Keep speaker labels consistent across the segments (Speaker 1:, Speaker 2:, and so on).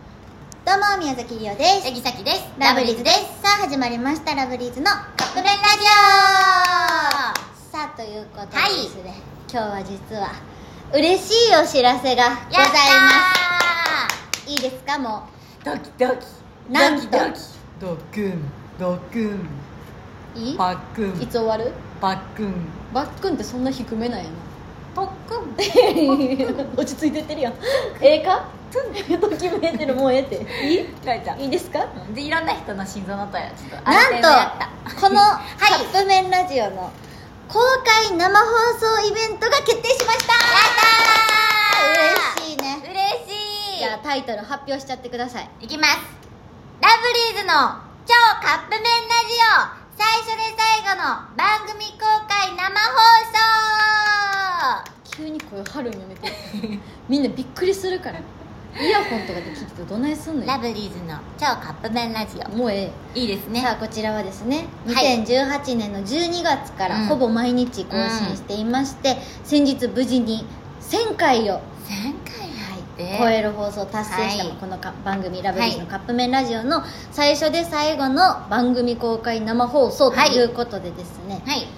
Speaker 1: どうも宮崎りおです
Speaker 2: 八木咲です
Speaker 1: ラブリーズですさあ始まりましたラブリーズの
Speaker 2: カップ麺ラジ
Speaker 1: さあということで
Speaker 2: はい
Speaker 1: ですね、今日は実は嬉しいお知らせが
Speaker 2: オ
Speaker 1: ございま
Speaker 2: ます
Speaker 1: いいですかも
Speaker 2: ドキドキ
Speaker 1: うなんと
Speaker 3: ドクンドクン
Speaker 1: いい
Speaker 3: パックン
Speaker 1: いつ終わる
Speaker 3: パックン
Speaker 1: バックンってそんな低めなんやな
Speaker 2: ポックン
Speaker 1: 落ち着いてってるやん ええかときめいてるもうええっていい
Speaker 2: 書いた
Speaker 1: いいですか
Speaker 2: でいろんな人の心臓の音やちょっと
Speaker 1: なんとこのカ
Speaker 2: い
Speaker 1: ップ麺ラジオの公開生放送イベントが決定しました嬉しいね
Speaker 2: 嬉しい
Speaker 1: じゃあタイトル発表しちゃってください
Speaker 2: いきますラブリーズの超カップ麺ラジオ最初で最後の番組公開生放送
Speaker 1: 急に声張るんやめてみんなびっくりするからイヤホンとかで聞いててどないすんの
Speaker 2: ラ
Speaker 1: よ
Speaker 2: ブリーズの超カップ麺ラジオ
Speaker 1: もうえ
Speaker 2: いいです
Speaker 1: え
Speaker 2: ね
Speaker 1: さあこちらはですね
Speaker 2: はい
Speaker 1: 2018年の12月か
Speaker 2: う
Speaker 1: ら
Speaker 2: ん
Speaker 1: ほぼ毎日更新していまして、先日無事に1000回を
Speaker 2: 前回入って
Speaker 1: 超える放送を達成したの、
Speaker 2: はい
Speaker 1: このか番組「ラブリーズのカップ麺ラジオ」の最初で最後の番組公開生放送と
Speaker 2: はい
Speaker 1: いうことでですね、
Speaker 2: はい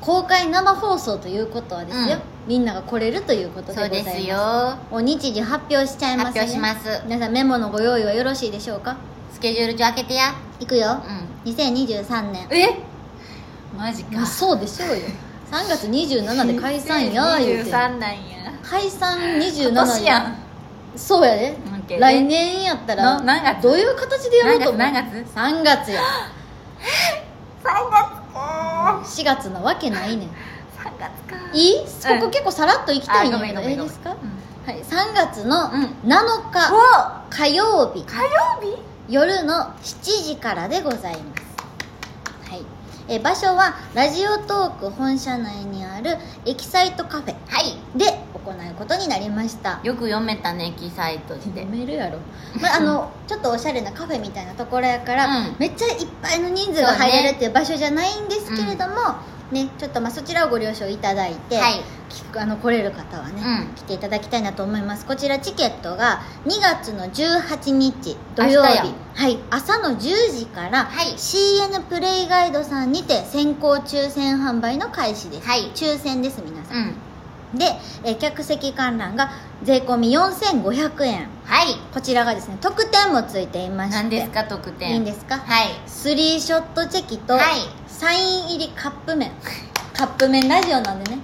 Speaker 1: 公開生放送ということはですよ、
Speaker 2: うん
Speaker 1: みんなが来れるということでご
Speaker 2: そ
Speaker 1: ざ
Speaker 2: う
Speaker 1: います
Speaker 2: ですよ
Speaker 1: お日時発表しちゃいますね
Speaker 2: 発表します
Speaker 1: 皆さんメモのご用意はよろしいでしょうか
Speaker 2: スケジュール帳開けてや
Speaker 1: いくよ
Speaker 2: う
Speaker 1: 2023年
Speaker 2: んえマジ
Speaker 1: まあそうでしょうよ3月27で解散や言うて
Speaker 2: 23なんや
Speaker 1: 解散27
Speaker 2: 今年やん
Speaker 1: そうやで
Speaker 2: オッケーね
Speaker 1: 来年やったら
Speaker 2: な何月
Speaker 1: どういう形でやろうと思う
Speaker 2: 何月
Speaker 1: 3月や
Speaker 2: 3月か
Speaker 1: 4月なわけないねん
Speaker 2: 3月か
Speaker 1: いいここ結構さらっと行きたいん
Speaker 2: あ
Speaker 1: や
Speaker 2: ごめ
Speaker 1: け
Speaker 2: ん
Speaker 1: ど
Speaker 2: ごめ
Speaker 1: え
Speaker 2: ん
Speaker 1: え
Speaker 2: ごめん
Speaker 1: ですか
Speaker 2: うん
Speaker 1: はい3月の
Speaker 2: うん
Speaker 1: 7
Speaker 2: お
Speaker 1: 日火曜日
Speaker 2: 火曜日
Speaker 1: 夜の7時からでございます、はい、え場所はラジオトーク本社内にあるエキサイトカフェ
Speaker 2: はい
Speaker 1: で行うことになりました
Speaker 2: よく読めたねキサイトで
Speaker 1: めるやろ、まあ、あのちょっとおしゃれなカフェみたいなところやから、
Speaker 2: うん
Speaker 1: めっちゃいっぱいの人数が入れるっていう場所じゃないんですけれども、ね、ちょっとまあそちらをご了承いただいて、
Speaker 2: はい
Speaker 1: きあの来れる方はね、
Speaker 2: うん
Speaker 1: 来ていただきたいなと思いますこちらチケットが2月の18日土曜
Speaker 2: 明日や
Speaker 1: 日はい、朝の10時から、
Speaker 2: はい
Speaker 1: CN プレイガイドさんにて先行抽選販売の開始です、
Speaker 2: はい
Speaker 1: 抽選です皆さ、
Speaker 2: うんん
Speaker 1: でえー客席観覧が税込み4500円
Speaker 2: はい
Speaker 1: こちらがですね特典もついていまして
Speaker 2: 何ですか特典
Speaker 1: いいんですか
Speaker 2: はい
Speaker 1: スリーショットチェキと、
Speaker 2: はい
Speaker 1: サイン入りカップ麺 カップ麺ラジオなんでね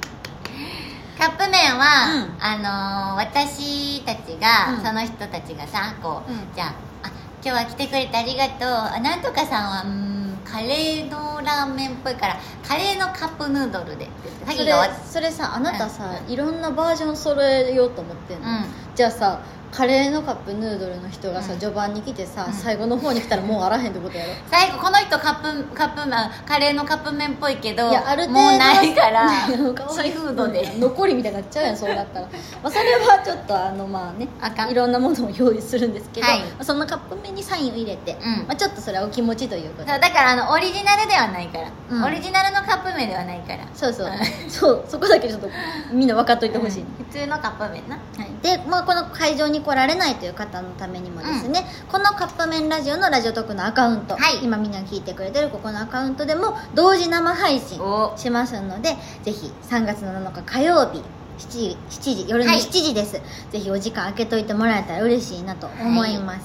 Speaker 2: カップ麺は、
Speaker 1: うん
Speaker 2: あのー私たちが、
Speaker 1: うん
Speaker 2: その人たちがさこう、
Speaker 1: うん
Speaker 2: じゃああ今日は来てくれてありがとうあなんとかさんはうんカレーのラーメンっぽいからカレーのカップヌードルでって言って
Speaker 1: そ
Speaker 2: 詐欺
Speaker 1: れ
Speaker 2: がわ
Speaker 1: それさあなたさ、
Speaker 2: う
Speaker 1: いろんなバージョン揃えようと思ってんの、じゃあさカレーのカップヌードルの人がさ、
Speaker 2: うん
Speaker 1: 序盤に来てさ、
Speaker 2: うん
Speaker 1: 最後の方に来たらもうあらへんってことやろ
Speaker 2: 最後この人カップカップ麺カレーのカップ麺っぽいけど
Speaker 1: いやある程度
Speaker 2: もうないから シ
Speaker 1: なんかわい
Speaker 2: ーフードで
Speaker 1: 残りみたいになっちゃうやんそうなったら、まあ、それはちょっとあのまあね
Speaker 2: あかん
Speaker 1: いろんなものを用意するんですけど、
Speaker 2: はい
Speaker 1: まあそのカップ麺にサインを入れて、
Speaker 2: ん
Speaker 1: まあ、ちょっとそれはお気持ちということで
Speaker 2: そうだからあのオリジナルではないから、
Speaker 1: うん
Speaker 2: オリジナルのカップ麺ではないから
Speaker 1: そうそう
Speaker 2: う
Speaker 1: そうそこだけちょっとみんな分かっといてほしい、
Speaker 2: うん普通のカップ麺な
Speaker 1: はい、で、まあ、この会場に来られないという方のためにもですね、このカップ麺ラジオのラジオトークのアカウント、
Speaker 2: はい
Speaker 1: 今みんな聞いてくれてるここのアカウントでも同時生配信
Speaker 2: お
Speaker 1: しますのでぜひ3月の7日火曜日7時 ,7 時夜の
Speaker 2: はい
Speaker 1: 7時です、ぜひお時間空けといてもらえたら嬉しいなと思います、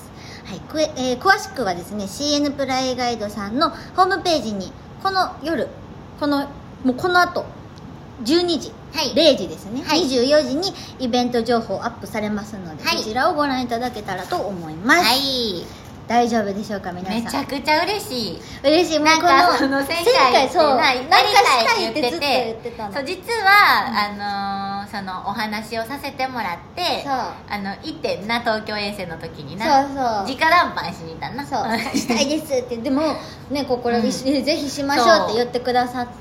Speaker 1: はいくええー詳しくはですね CN プライガイドさんのホームページにこの夜このもうこの後12時
Speaker 2: はい
Speaker 1: 0時ですね、
Speaker 2: はい
Speaker 1: 24時にイベント情報アップされますので、
Speaker 2: はい
Speaker 1: そちらをご覧いただけたらと思います、
Speaker 2: はい
Speaker 1: 大丈夫でしょうか皆さん
Speaker 2: めちゃくちゃ嬉しい
Speaker 1: 嬉しいもう
Speaker 2: なんか
Speaker 1: こ
Speaker 2: そ
Speaker 1: の
Speaker 2: の前回って
Speaker 1: そうなん
Speaker 2: な
Speaker 1: か
Speaker 2: り
Speaker 1: した
Speaker 2: た
Speaker 1: い
Speaker 2: い
Speaker 1: っ
Speaker 2: ってて
Speaker 1: ずっと言
Speaker 2: 言ってて
Speaker 1: ってたの
Speaker 2: そう実は、あのーそのお話をさせてもらって
Speaker 1: そう
Speaker 2: あの行ってんな東京遠征の時にな
Speaker 1: そうそう
Speaker 2: 直談判しに行ったな
Speaker 1: そうしたいですってでもねここれ、
Speaker 2: うん
Speaker 1: ぜひしましょうって言ってくださって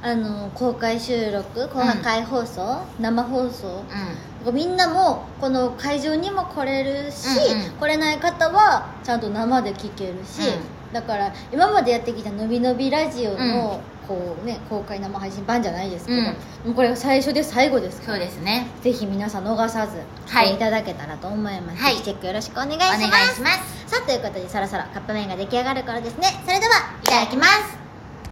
Speaker 1: あの公開収録公開放送、生放送
Speaker 2: う
Speaker 1: みんなもこの会場にも来れるし、
Speaker 2: うんうん
Speaker 1: 来れない方はちゃんと生で聞けるし、
Speaker 2: う
Speaker 1: だから今までやってきた「のびのびラジオの」こうね、公開生配信版じゃないですけど、
Speaker 2: うん
Speaker 1: もうこれが最初で最後です
Speaker 2: ん
Speaker 1: か
Speaker 2: そう
Speaker 1: ら
Speaker 2: ですね
Speaker 1: ぜひ皆さん逃さず
Speaker 2: はい
Speaker 1: 来ていただけたらと思います、
Speaker 2: はい
Speaker 1: ぜひチェックよろしくお願いし
Speaker 2: お
Speaker 1: ま
Speaker 2: 願い
Speaker 1: す
Speaker 2: します
Speaker 1: かということでそろそろカップ麺が出来上がる頃ですねそれではいただきます